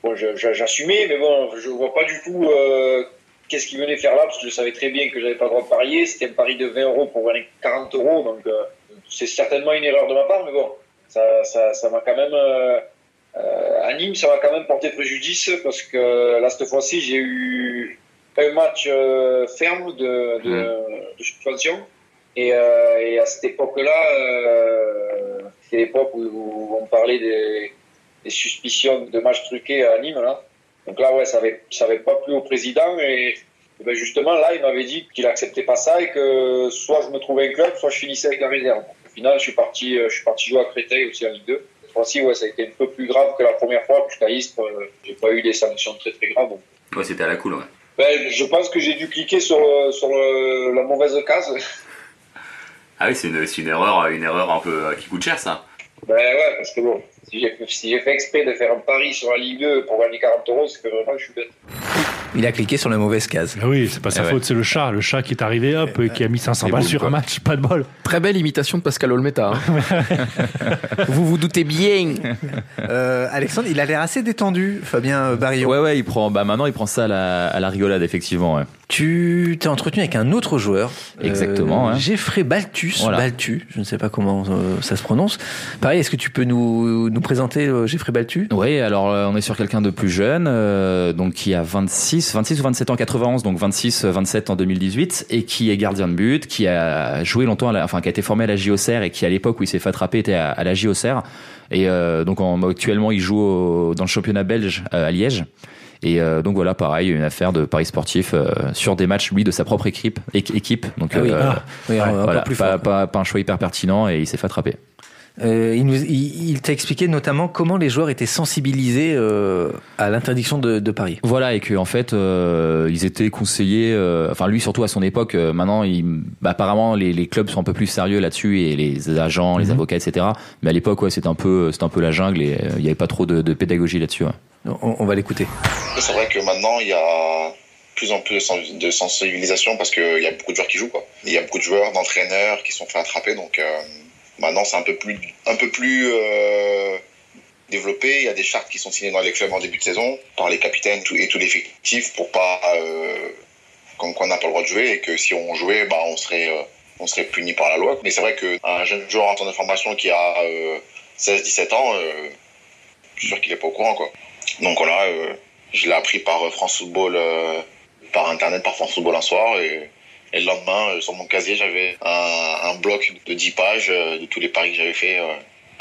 bon, je- je- j'assumais, mais bon, je vois pas du tout euh, qu'est-ce qu'il venait faire là, parce que je savais très bien que j'avais pas le droit de parier. C'était un pari de 20 euros pour gagner 40 euros, donc euh, c'est certainement une erreur de ma part, mais bon, ça, ça, ça m'a quand même. euh, euh, à Nîmes, ça m'a quand même porté préjudice parce que là, cette fois-ci, j'ai eu un match euh, ferme de, de, de suspension. Et, euh, et à cette époque-là, euh, c'est l'époque où, où on parlait des, des suspicions de matchs truqués à Nîmes. Là. Donc là, ouais, ça avait, ça avait pas plu au président. Et, et ben justement, là, il m'avait dit qu'il acceptait pas ça et que soit je me trouvais un club, soit je finissais avec la réserve. Au final, je suis parti, euh, je suis parti jouer à Créteil aussi en Ligue 2. Cette fois-ci, ouais, ça a été un peu plus grave que la première fois, puisqu'à Istres, euh, j'ai pas eu des sanctions très très graves.
Ouais, c'était à la cool. Ouais.
Ben, je pense que j'ai dû cliquer sur, le- sur le- la mauvaise case.
Ah oui, c'est une, une erreur, une erreur un peu euh, qui coûte cher ça.
Ben ouais, parce que bon, si j'ai si j'ai fait exprès de faire un pari sur la Ligue 2 pour gagner 40 euros, c'est que vraiment je suis bête.
Il a cliqué sur la mauvaise case.
Ah oui, c'est pas sa
Eh ouais. Eh
faute, c'est le chat, le chat qui est arrivé hop et qui a mis 500
Et
balles
boum,
sur un
quoi.
match, pas de bol.
Très belle imitation de Pascal Olmeta. hein. vous vous doutez bien.
Euh, Alexandre, il a l'air assez détendu, Fabien euh, Barillon.
Ouais, ouais, il prend. Bah maintenant, il prend ça à la, à la rigolade effectivement. ouais.
Tu t'es entretenu avec un autre joueur. euh,
Exactement, hein.
Geoffrey Baltus.
Voilà.
Baltu, je ne sais pas comment euh, ça se prononce. Pareil, est-ce que tu peux nous, nous présenter euh, Geoffrey Baltu
Oui, alors euh, on est sur quelqu'un de plus jeune, euh, donc qui a 26, 26 ou 27 ans, 91, donc 26, euh, 27 en 2018, et qui est gardien de but, qui a joué longtemps, à la- enfin qui a été formé à la JOCR et qui à l'époque où il s'est fait attraper était à, à la JOCR. Et euh, donc en- actuellement il joue au- dans le championnat belge euh, à Liège. Et euh, donc voilà, pareil, une affaire de paris sportif euh, sur des matchs, lui, de sa propre équipe. équ- équipe. Donc
Ah oui.
euh,
Oui, un- un peu
voilà,
plus
pas,
fort.
pas- pas un choix hyper pertinent et il s'est fait attraper.
Euh, il, nous- il- il t'a expliqué notamment comment les joueurs étaient sensibilisés euh, à l'interdiction de, de Paris.
Voilà et que en fait euh, ils étaient conseillés. euh, enfin lui surtout à son époque. euh, maintenant il, bah, apparemment les, les clubs sont un peu plus sérieux là-dessus et les agents,
Mhm.
les avocats, etc. Mais à l'époque ouais c'était un peu c'était un peu la jungle et euh, il n'y avait pas trop de, de pédagogie là-dessus. ouais.
On, on va l'écouter.
C'est vrai que maintenant, il y a plus en plus de sens- de sensibilisation parce qu'il y a beaucoup de joueurs qui jouent. Quoi. Il y a beaucoup de joueurs, d'entraîneurs qui sont fait attraper. Donc euh, maintenant, c'est un peu plus, un peu plus euh, développé. Il y a des chartes qui sont signées dans les clubs en début de saison par les capitaines tout- et tout l'effectif pour pas. euh, comme qu'on n'a pas le droit de jouer et que si on jouait, bah, on serait, euh, on serait puni par la loi. Mais c'est vrai qu'un jeune joueur en temps de formation qui a 16-17 ans, euh, je suis sûr qu'il n'est pas au courant. Quoi. Donc voilà. euh, je l'ai appris par euh, France Football, euh, par internet, par France Football un soir. Et, et le lendemain, euh, sur mon casier, j'avais un, un bloc de 10 pages euh, de tous les paris que j'avais fait euh,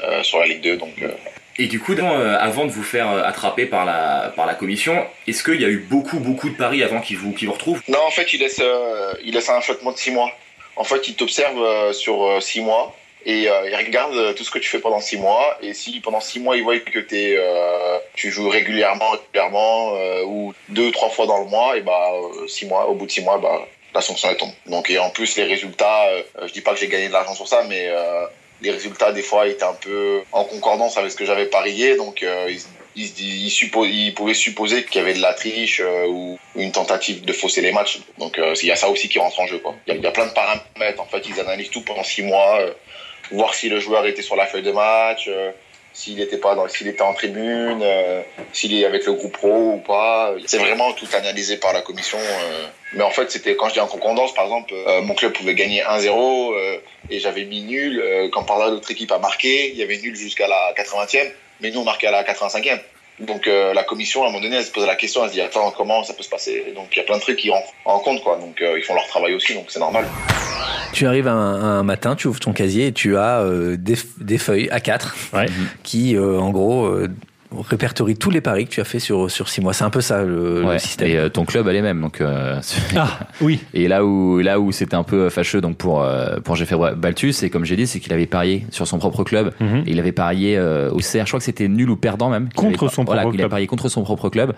euh, sur la Ligue 2. Donc, euh,
Et du coup, dans, euh, avant de vous faire euh, attraper par la, par la commission, est-ce qu'il y a eu beaucoup, beaucoup de paris avant qu'ils vous, qu'ils vous retrouvent
Non, en fait, il laisse, euh, il laisse un flottement de 6 mois. En fait, il t'observe euh, sur 6 mois et euh, il regarde euh, tout ce que tu fais pendant 6 mois. Et si pendant 6 mois, il voit que t'es, euh, tu joues régulièrement, régulièrement, euh, ou 2-3 fois dans le mois, et bah, 6 mois, au bout de 6 mois, bah, la sanction elle tombe. Donc, et en plus, les résultats, euh, je dis pas que j'ai gagné de l'argent sur ça, mais euh, les résultats, des fois, étaient un peu en concordance avec ce que j'avais parié. Donc, euh, ils, ils, se dis- ils suppo- ils pouvaient supposer qu'il y avait de la triche euh, ou une tentative de fausser les matchs. Donc, euh, il y a ça aussi qui rentre en jeu. quoi. Il y, a- il y a plein de paramètres. En fait, ils analysent tout pendant six mois. euh, voir si le joueur était sur la feuille de match, euh, s'il était, pas dans- s'il était en tribune, euh, s'il est avec le groupe pro ou pas. C'est vraiment tout analysé par la commission. euh. Mais en fait, c'était quand je dis en concordance, par exemple, euh, mon club pouvait gagner 1-0 euh, et j'avais mis nul. euh, quand par là, l'autre équipe a marqué, il y avait nul jusqu'à la 80e, mais nous, on marquait à la 85e. Donc euh, la commission, à un moment donné, elle se pose la question, elle se dit, attends, comment ça peut se passer Donc il y a plein de trucs qui rentrent en compte, quoi. Donc euh, ils font leur travail aussi, donc c'est normal.
Tu arrives un, un matin, tu ouvres ton casier et tu as euh, des, des feuilles A4 qui, euh, en gros, euh, répertorient tous les paris que tu as fait sur, sur six mois. C'est un peu ça le, le
Ouais.
système.
Et euh, ton club elle est même donc. euh,
Ah, Oui.
Et là où là où c'était un peu fâcheux donc pour euh, pour Jeffrey Baltus c'est comme j'ai dit c'est qu'il avait parié sur son propre club
Mhm.
et il avait parié euh, au CR je crois que c'était nul ou perdant même qu'il
Contre
avait-
son
voilà,
propre
qu'il a
club.
parié contre son propre club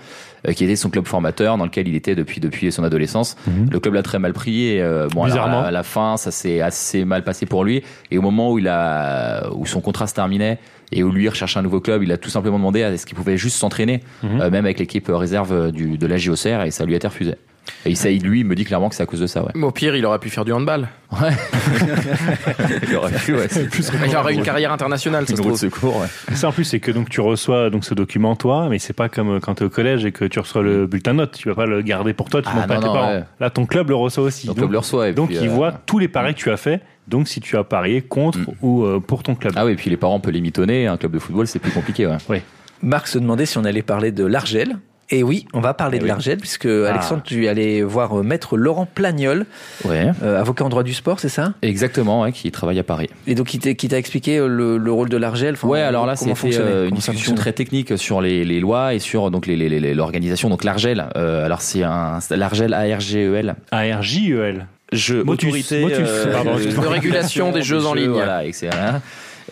euh, qui était son club formateur dans lequel il était depuis depuis son adolescence le club l'a très mal pris et euh, bon alors, à,
Mhm. Bizarrement.
la, à la fin ça s'est assez mal passé pour lui et au moment où il a où son contrat se terminait et où lui recherchait un nouveau club il a tout simplement demandé à ce qu'il pouvait juste s'entraîner
Mhm.
euh, même avec l'équipe réserve du, de la JOCR et ça lui a été refusé et il, ça, il- lui il me dit clairement que c'est à cause de ça ouais
Mais Au pire, il aurait pu faire du handball.
il aurait pu ouais, c'est plus
Il aurait une carrière internationale, ça se
une roue de
trouve.
secours ouais.
Ça en plus, c'est que donc tu reçois donc ce document toi, mais c'est pas comme euh, quand t'es au collège et que tu reçois le bulletin de notes. Tu vas pas le garder pour toi, tu
Ah,
ne montres pas à
non,
tes
non,
parents.
ouais.
Là, ton club le reçoit aussi.
donc
donc
le leur soit et
donc,
puis,
il
euh, Mm.
voit tous les paris que tu as fait. Donc si tu as parié contre ou euh, pour ton club.
ah oui puis les parents peuvent les mitonner un club de football c'est plus compliqué ouais.
Marc se demandait si on allait parler de l'argel. Et oui, on va parler
Eh
de
oui.
l'argel, puisque Alexandre, tu allais voir euh, maître Laurent Plagnol,
ouais
euh, avocat en droit du sport, c'est ça
exactement ouais, qui travaille à Paris
Et donc, il t'a qui t'a expliqué euh, le, le rôle de l'argel. enfin,
ouais, alors là,
comment
c'était
fonctionnait,
euh, une
comment ça
discussion
fonctionnait.
très technique sur les, les lois et sur donc les- les- les- l'organisation. Donc l'Argel, euh, alors c'est un c'est l'Argel ARGEL.
ARJEL.
Je
E Motus,
autorité euh,
Motus, pardon,
de-
excuse-moi.
de régulation des jeux en ligne.
Voilà, excellent.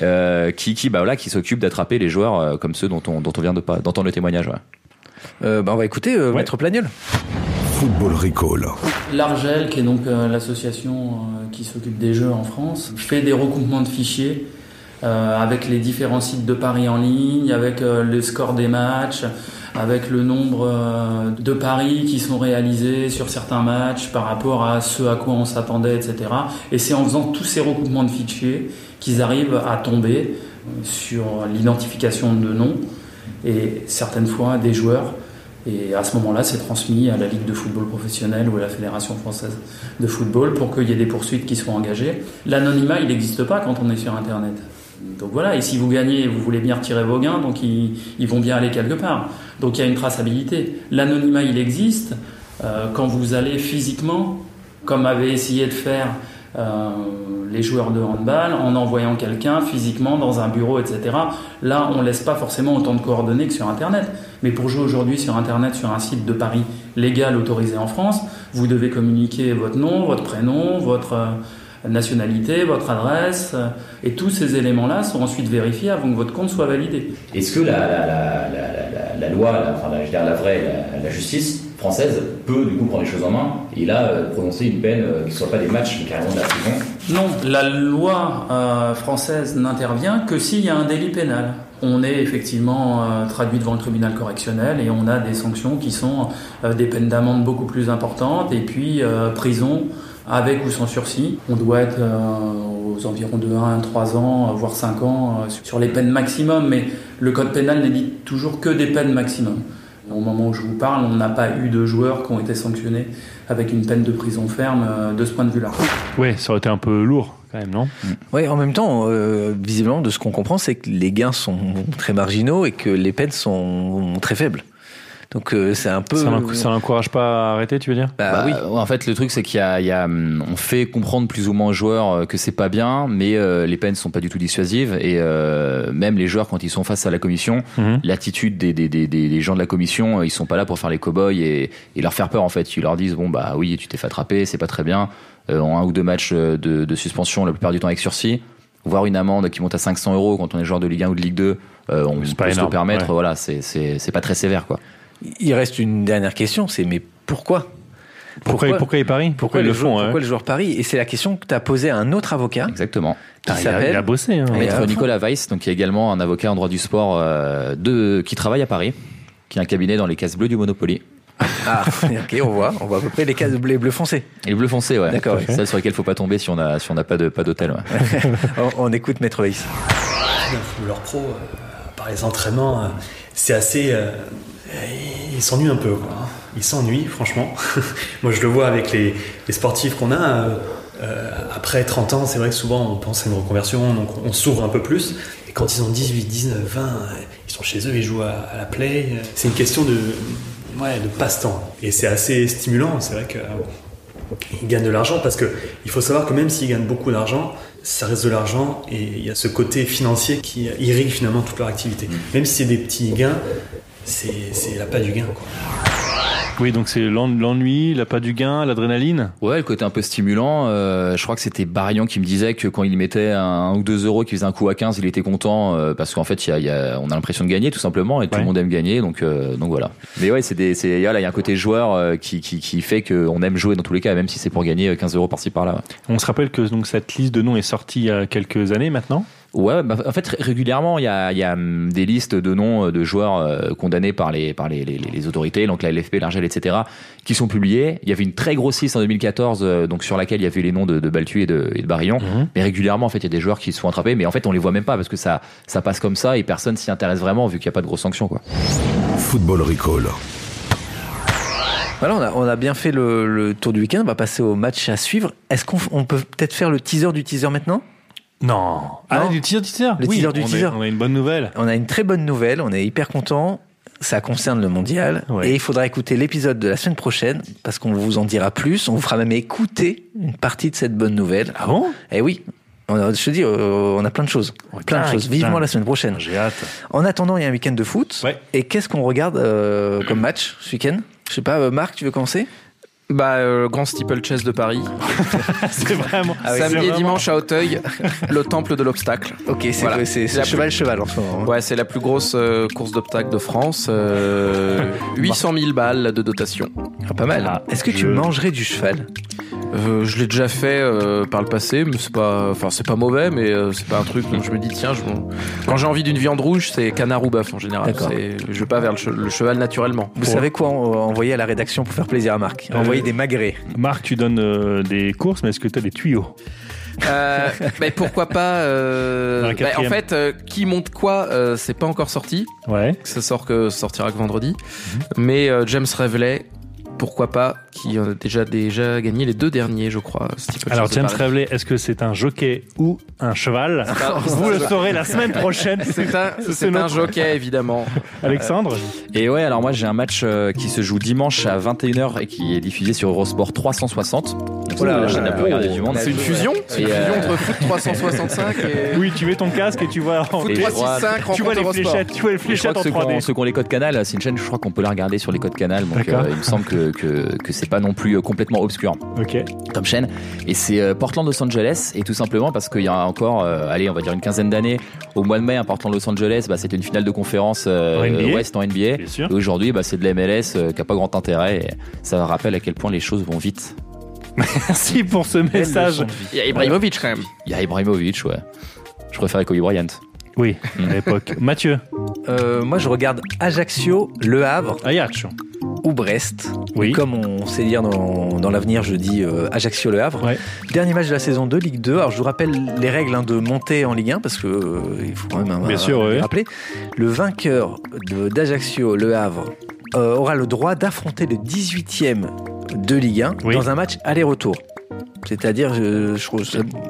Euh, qui qui bah voilà qui s'occupe d'attraper les joueurs euh, comme ceux dont on dont on vient de pas d'entendre le témoignage. ouais.
Euh, bah, on va écouter euh,
Ouais.
maître Plagnol.
Football Recall.
L'ARGEL, qui est donc euh, l'association euh, qui s'occupe des jeux en France, fait des recoupements de fichiers euh, avec les différents sites de paris en ligne, avec euh, le score des matchs, avec le nombre euh, de paris qui sont réalisés sur certains matchs par rapport à ce à quoi on s'attendait, etc. Et c'est en faisant tous ces recoupements de fichiers qu'ils arrivent à tomber euh, sur l'identification de noms et certaines fois des joueurs. Et à ce moment-là, c'est transmis à la Ligue de football professionnel ou à la Fédération française de football pour qu'il y ait des poursuites qui soient engagées. L'anonymat, il n'existe pas quand on est sur Internet. Donc voilà, et si vous gagnez, vous voulez bien retirer vos gains, donc ils, ils vont bien aller quelque part. Donc il y a une traçabilité. L'anonymat, il existe euh, quand vous allez physiquement, comme avaient essayé de faire euh, les joueurs de handball, en envoyant quelqu'un physiquement dans un bureau, etc. Là, on laisse pas forcément autant de coordonnées que sur Internet. Mais pour jouer aujourd'hui sur Internet, sur un site de paris légal autorisé en France, vous devez communiquer votre nom, votre prénom, votre, euh, nationalité, votre adresse, euh, et tous ces éléments-là sont ensuite vérifiés avant que votre compte soit validé.
Est-ce que la, la, la, la, la loi, la, enfin, la, je veux dire, la vraie, la, la justice française peut du coup prendre les choses en main et là euh, prononcer une peine euh, qui ne soit pas des matchs mais carrément de la prison
Non, la loi euh, française n'intervient que s'il y a un délit pénal. On est effectivement euh, traduit devant le tribunal correctionnel et on a des sanctions qui sont euh, des peines d'amende beaucoup plus importantes et puis euh, prison avec ou sans sursis. On doit être euh, aux environs de 1, 3 ans, euh, voire 5 ans sur les peines maximum, mais le code pénal n'édite toujours que des peines maximum. Au moment où je vous parle, on n'a pas eu de joueurs qui ont été sanctionnés avec une peine de prison ferme euh, de ce point de vue-là.
Oui, ça aurait été un peu lourd quand même, non
Oui, en même temps, euh, visiblement, de ce qu'on comprend, c'est que les gains sont très marginaux et que les peines sont très faibles. Donc euh, c'est un peu.
Ça l'encourage pas à arrêter, tu veux dire
Ah
bah, bah, oui. En fait, le truc c'est qu'il y a, il y a, hum, on fait comprendre plus ou moins aux joueurs euh, que c'est pas bien, mais euh, les peines sont pas du tout dissuasives et euh, même les joueurs quand ils sont face à la commission, mm -hmm. l'attitude des, des, des, des, gens de la commission, euh, ils sont pas là pour faire les cowboys et, et leur faire peur en fait. Ils leur disent bon bah oui, tu t'es fait attraper, c'est pas très bien. Euh, en un ou deux matchs de, de suspension, la plupart du temps avec sursis voir une amende qui monte à 500 euros quand on est joueur de Ligue 1 ou de Ligue 2, euh, on peut se le permettre. Ouais. Voilà, c'est pas très sévère, quoi.
Il reste une dernière question, c'est mais pourquoi
pourquoi, pourquoi, pourquoi ils parient Pourquoi, pourquoi ils le font
joueur,
hein.
Pourquoi le joueur parie Et c'est la question que tu as posée à un autre avocat.
Exactement.
Ah, il, a, il, a, bossé. Hein.
Maître Nicolas Weiss, donc, qui est également un avocat en droit du sport euh, de, qui travaille à Paris, qui a un cabinet dans les cases bleues du Monopoly.
Ah, ok, on voit, on voit à peu près les cases bleu, bleu foncé.
Et le bleu foncé, ouais.
D'accord.
Celle ouais. sur laquelle faut pas tomber si on a, si on n'a pas de, pas d'hôtel. Ouais.
on, on, écoute Maître Weiss.
Le footballeur pro, euh, par les entraînements, euh, c'est assez. Euh, il s'ennuie un peu, quoi. Il s'ennuie, franchement. Moi, je le vois avec les, les sportifs qu'on a. euh, après 30 ans, c'est vrai que souvent on pense à une reconversion, donc on s'ouvre un peu plus. Et quand ils ont 18, 19, 20, euh, ils sont chez eux, ils jouent à, à la play. euh, C'est une question de, ouais, de passe-temps. Et c'est assez stimulant, c'est vrai que euh, il gagne de l'argent parce que il faut savoir que même s'il gagne beaucoup d'argent, ça reste de l'argent et il y a ce côté financier qui irrigue finalement toute leur activité. Même si c'est des petits gains, c'est la pas du gain. Quoi.
Oui, donc c'est l'ennui, la pas du gain, l'adrénaline.
Ouais, le côté un peu stimulant. Euh, je crois que c'était Barian qui me disait que quand il mettait un ou deux euros, qu'il faisait un coup à 15, il était content euh, parce qu'en fait, y a, y a, on a l'impression de gagner tout simplement et tout ouais. le monde aime gagner, donc euh, donc voilà. Mais ouais, c'est des, c'est là, il y a un côté joueur euh, qui, qui, qui fait qu'on aime jouer dans tous les cas, même si c'est pour gagner 15 euros par-ci par-là. Ouais.
On se rappelle que donc cette liste de noms est sortie il y a quelques années maintenant.
Ouais, bah, en fait régulièrement il y a, y a hum, des listes de noms de joueurs euh, condamnés par les par les, les, les autorités, donc la LFP, l'Argel, etc., qui sont publiés. Il y avait une très grosse liste en 2014, euh, donc sur laquelle il y avait les noms de, de Baltu et de, et de Barillon. Mm
Mhm.
-hmm. Mais régulièrement en fait il y a des joueurs qui se font attraper, mais en fait on les voit même pas parce que ça ça passe comme ça et personne s'y intéresse vraiment vu qu'il n'y a pas de grosses sanctions quoi.
Football Recall.
Voilà, on a, on a, bien fait le, le tour du week-end. On va passer au match à suivre. Est-ce qu'on peut peut-être faire le teaser du teaser maintenant
non. Ah, du teaser, teaser.
Le
oui,
teaser du
on
teaser.
Est, on a une bonne nouvelle.
On a une très bonne nouvelle. On est hyper content. Ça concerne le mondial. Ouais. Et il faudra écouter l'épisode de la semaine prochaine parce qu'on vous en dira plus. On vous fera même écouter une partie de cette bonne nouvelle.
Ah bon?
Eh oui. On a, je te dis, euh, on a plein de choses. Ouais, plein de choses. Vivement la semaine prochaine.
J'ai hâte.
En attendant, il y a un week-end de foot.
Ouais.
Et qu'est-ce qu'on regarde euh, comme match ce week-end? Je sais pas, euh, Marc, tu veux commencer?
Bah, euh, grand steeplechase de Paris.
c'est vraiment.
Ah oui, Samedi et dimanche à Auteuil, le temple de l'obstacle.
Ok, c'est voilà. cheval-cheval en ce moment. hein.
Ouais, c'est la plus grosse euh, course d'obstacle de France. Euh, 800 000 balles de dotation.
Ah, pas mal. Ah, Est-ce que je... tu mangerais du cheval
Je l'ai déjà fait euh, par le passé, mais c'est pas, enfin, c'est pas mauvais, mais euh, c'est pas un truc dont je me dis, tiens, je... quand j'ai envie d'une viande rouge, c'est canard ou bœuf en général. Je vais pas vers le, che... le cheval naturellement.
Vous savez quoi euh, envoyer à la rédaction pour faire plaisir à Marc Envoyer des magrets.
Marc, tu donnes euh, des courses, mais est-ce que tu as des tuyaux
euh, bah, pourquoi pas euh, bah, en fait qui monte quoi euh, c'est pas encore sorti
ouais
ça sort que sortira que vendredi mmh. mais James Revelet pourquoi pas qui a déjà déjà gagné les deux derniers je crois euh,
alors James Revelet est-ce que c'est un jockey ou un cheval pas, vous le saurez la semaine prochaine
c'est un, c'est notre... un jockey évidemment
Alexandre
et ouais euh, alors moi j'ai un match qui se joue dimanche à 21h et qui est diffusé sur Eurosport 360 Voilà, la plus regardée du monde.
C'est une fusion C'est une
Et, euh,
fusion entre Foot 365 et.
Oui, tu mets ton casque et tu vois. en-
Foot 365
tu vois les
rencontre
fléchettes,
Eurosport.
tu vois les
Je crois
fléchettes
que
en
ceux qui
3D.
ont, ceux qui ont les codes canal, c'est une chaîne, je crois qu'on peut la regarder sur les codes canal. Donc
D'accord.
euh, il me semble que, que, que c'est pas non plus euh, complètement obscur
Ok.
comme chaîne. Et c'est euh, Portland Los Angeles. Et tout simplement parce qu'il y a encore, euh, allez, on va dire une quinzaine d'années, au mois de mai, à Portland Los Angeles, bah, c'était une finale de conférence euh,
En NBA.
Ouest en NBA.
sûr.
Et aujourd'hui, bah, c'est de la MLS euh, qui a pas grand intérêt. Et ça rappelle à quel point les choses vont vite.
Merci pour ce message.
Il y a Ibrahimovic quand même.
Il y a Ibrahimovic, ouais. Je préfère Kobe Bryant.
Oui,
Mm.
à l'époque. Mathieu.
Euh, moi, je regarde Ajaccio, Le Havre.
Ajaccio.
Ou Brest. Comme on sait dire dans, dans l'avenir, je dis euh, Ajaccio, Le Havre. Dernier match de la saison 2, Ligue 2. Alors, je vous rappelle les règles hein, de montée en Ligue 1, parce que euh, il faut quand même un-
Bien
un-
sûr,
les
ouais.
rappeler. Le vainqueur de- d'Ajaccio, Le Havre, euh, aura le droit d'affronter le 18e de Ligue 1 dans un match aller-retour. C'est-à-dire, je, je trouve.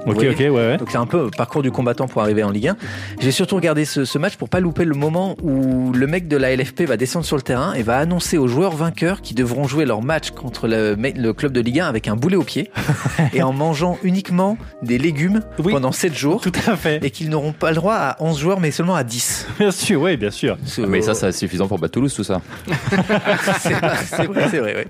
Ok,
ok, ouais,
Donc c'est un peu parcours du combattant pour arriver en Ligue 1. J'ai surtout regardé ce, ce match pour pas louper le moment où le mec de la LFP va descendre sur le terrain et va annoncer aux joueurs vainqueurs qui devront jouer leur match contre le, me- le club de Ligue 1 avec un boulet au pied et en mangeant uniquement des légumes pendant 7 jours. Tout
à fait.
Et qu'ils n'auront pas le droit à 11 joueurs mais seulement à 10.
Bien sûr, oui, bien sûr.
Ah, Mais ça, c'est suffisant pour battre Toulouse, tout ça.
c'est vrai, Ah, c'est vrai, c'est vrai, ouais.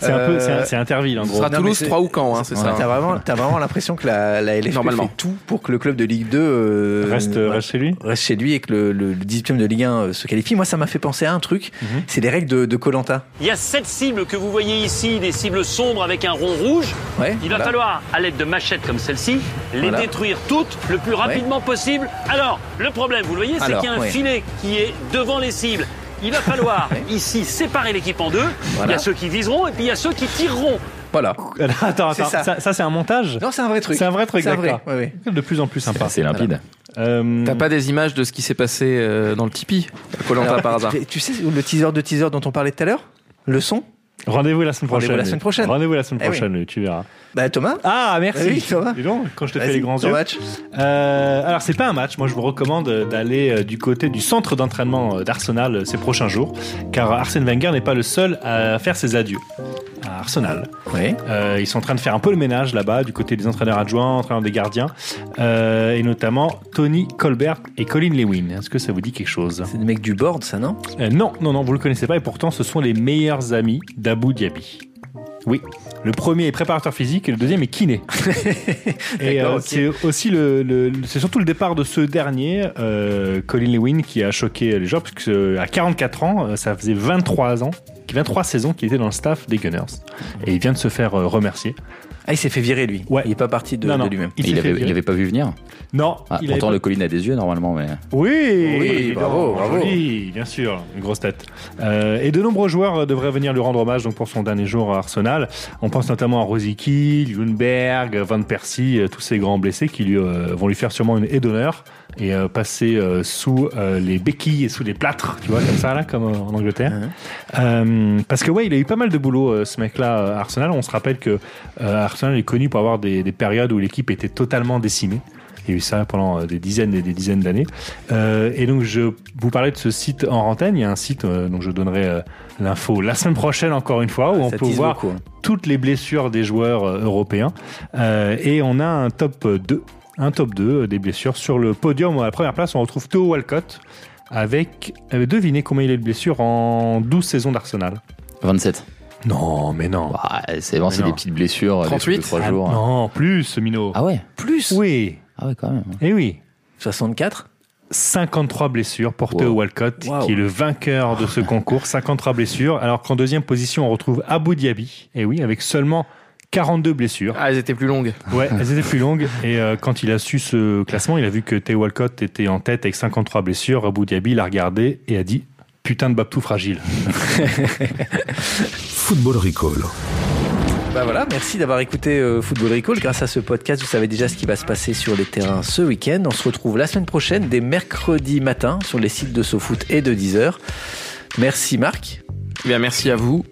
C'est un peu- c'est un-
Euh,
c'est Interville, en
ce
gros.
sera
Non, mais c'est-
Caen,
hein, c'est ça.
T'as vraiment, t'as vraiment l'impression que la, la LFP
Normalement.
fait tout pour que le club de Ligue 2 euh,
Reste-
euh,
reste chez lui.
Reste chez lui et que le, le, le 18e de Ligue 1 euh, se qualifie. Moi, ça m'a fait penser à un truc.
Mhm.
C'est les règles de Colanta.
Il y a sept cibles que vous voyez ici, des cibles sombres avec un rond rouge.
Ouais,
Il
voilà.
va falloir, à l'aide de machettes comme celle-ci, les
Voilà.
détruire toutes le plus rapidement possible. Alors, le problème, vous le voyez, c'est
Alors,
qu'il y a un
ouais.
filet qui est devant les cibles. Il va falloir ici séparer l'équipe en deux. Il y
Voilà.
a ceux qui viseront et puis il y a ceux qui tireront.
Voilà.
Attends,
C'est
attends.
ça.
Ça, ça, c'est un montage
Non, c'est un vrai truc.
C'est un vrai truc,
C'est un vrai,
d'accord. De plus en plus sympa. Euh,
C'est limpide.
T'as pas des images de ce qui s'est passé euh, dans le Tipeee Colanta
Alors,
par hasard.
Tu, tu sais le teaser de teaser dont on parlait tout à l'heure Le son
Rendez-vous la semaine
Rendez-vous
prochaine.
la semaine prochaine.
Rendez-vous la semaine
Eh oui.
prochaine, tu verras.
Bah Thomas
Ah, merci.
Oui, Thomas.
Dis donc, quand je te
Vas-y,
fais les grands
ton
yeux.
match.
Euh, alors, c'est pas un match. Moi, je vous recommande euh, d'aller euh, du côté du centre d'entraînement euh, d'Arsenal euh, ces prochains jours, car Arsène Wenger n'est pas le seul à faire ses adieux à Arsenal. Euh, ils sont en train de faire un peu le ménage là-bas, du côté des entraîneurs adjoints, entraîneurs des gardiens, euh, et notamment Tony Colbert et Colin Lewin. Est-ce que ça vous dit quelque chose
C'est des mecs du board, ça, non
Euh, Non, non, non, vous le connaissez pas, et pourtant, ce sont les meilleurs amis d'Abu Dhabi. Oui. Le premier est préparateur physique et le deuxième est kiné. Et
D'accord,
euh,
ok.
c'est aussi le, le- le- c'est surtout le départ de ce dernier, euh, Colin Lewin, qui a choqué les gens parce que euh, à 44 ans, euh, ça faisait 23 ans, 23 saisons qu'il était dans le staff des Gunners. Et il vient de se faire euh, remercier.
Ah, il s'est fait virer lui.
Ouais.
Il n'est pas parti de,
Non, non.
de lui-même.
Il
Il
s'est fait
avait, il
virer.
avait pas vu venir.
Non,
Ah,
il avait
pourtant,
pas-
le Colline a des yeux normalement, mais.
Oui,
Oui,
évidemment,
bravo, bravo.
joli, bien sûr, une grosse tête. Euh, et de nombreux joueurs euh, devraient venir lui rendre hommage donc pour son dernier jour à Arsenal. On pense notamment à Rosicky, Ljungberg, Van Persie, euh, tous ces grands blessés qui lui, euh, vont lui faire sûrement une haie d'honneur et euh, passer euh, sous euh, les béquilles et sous les plâtres, tu vois, comme ça, là, comme euh, en Angleterre. Euh, parce que, ouais, il a eu pas mal de boulot, euh, ce mec-là, euh, à Arsenal. On se rappelle que euh, Arsenal est connu pour avoir des, des périodes où l'équipe était totalement décimée. Il y a eu ça pendant euh, des dizaines et des dizaines d'années. Euh, et donc, je vous parlais de ce site en rentaine. Il y a un site euh, dont je donnerai euh, l'info la semaine prochaine, encore une fois, où on
ça
peut
tease
voir
beaucoup, hein.
toutes les blessures des joueurs euh, européens. Euh, et on a un top 2. Un top 2 des blessures. Sur le podium, à la première place, on retrouve Theo Walcott avec. euh, Devinez combien il a de blessures en 12 saisons d'Arsenal
27.
Non, mais non.
c'est bon, c'est
non.
des petites blessures. des trucs de trois
Ah,
jours.
Non, plus, Mino.
Ah ouais
Plus
Oui.
Ah ouais, quand même.
Eh oui.
64
53 blessures pour Theo Walcott,
Wow.
qui est le vainqueur de ce concours. 53 blessures. Alors qu'en deuxième position, on retrouve Abu Dhabi. Et oui, avec seulement 42 blessures.
Ah, elles étaient plus longues.
Ouais, elles étaient plus longues. Et euh, quand il a su ce classement, il a vu que Theo Walcott était en tête avec 53 blessures. Abu Dhabi l'a regardé et a dit Putain de Babtou fragile.
Football Recall.
Bah voilà, merci d'avoir écouté euh, Football Recall. Grâce à ce podcast, vous savez déjà ce qui va se passer sur les terrains ce week-end. On se retrouve la semaine prochaine, dès mercredi matin, sur les sites de SoFoot et de Deezer. Merci Marc.
Eh Bien, merci à vous.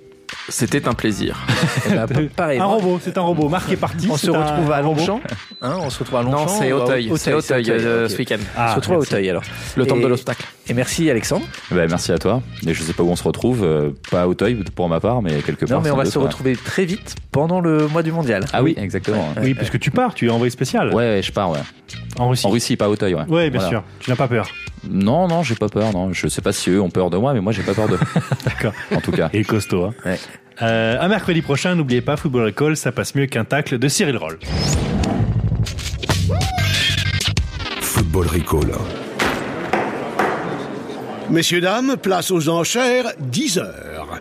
C'était un plaisir.
Eh ben, pareil.
Un robot, c'est un robot. Marc est parti.
On
c'est
se retrouve
un
à
robot.
Longchamp. Hein, on se retrouve à Longchamp.
Non, c'est
ou à-
Auteuil. C'est Auteuil, euh,
ok.
ce week-end.
on
Ah,
se retrouve à
merci.
Auteuil alors.
Le temple
Et-
de l'obstacle.
Et merci Alexandre.
Ben, merci à toi. Et je sais pas où on se retrouve, euh, pas à Auteuil pour ma part, mais quelque part.
Non, mais
sans
on va
doute,
se
ouais.
retrouver très vite pendant le mois du mondial.
Ah oui, exactement.
Oui, puisque tu pars, tu es envoyé spécial.
Ouais, je pars, ouais.
En Russie.
En Russie, pas à Auteuil, ouais.
Ouais, bien
Voilà.
sûr. Tu n'as pas peur.
Non, non, j'ai pas peur, non. Je sais pas si eux ont peur de moi, mais moi j'ai pas peur d'eux.
D'accord.
En tout cas.
Et costaud, hein. Euh, à mercredi prochain, n'oubliez pas, Football Recall, ça passe mieux qu'un tacle de Cyril Roll.
Football Recall.
Messieurs, dames, place aux enchères, 10 heures.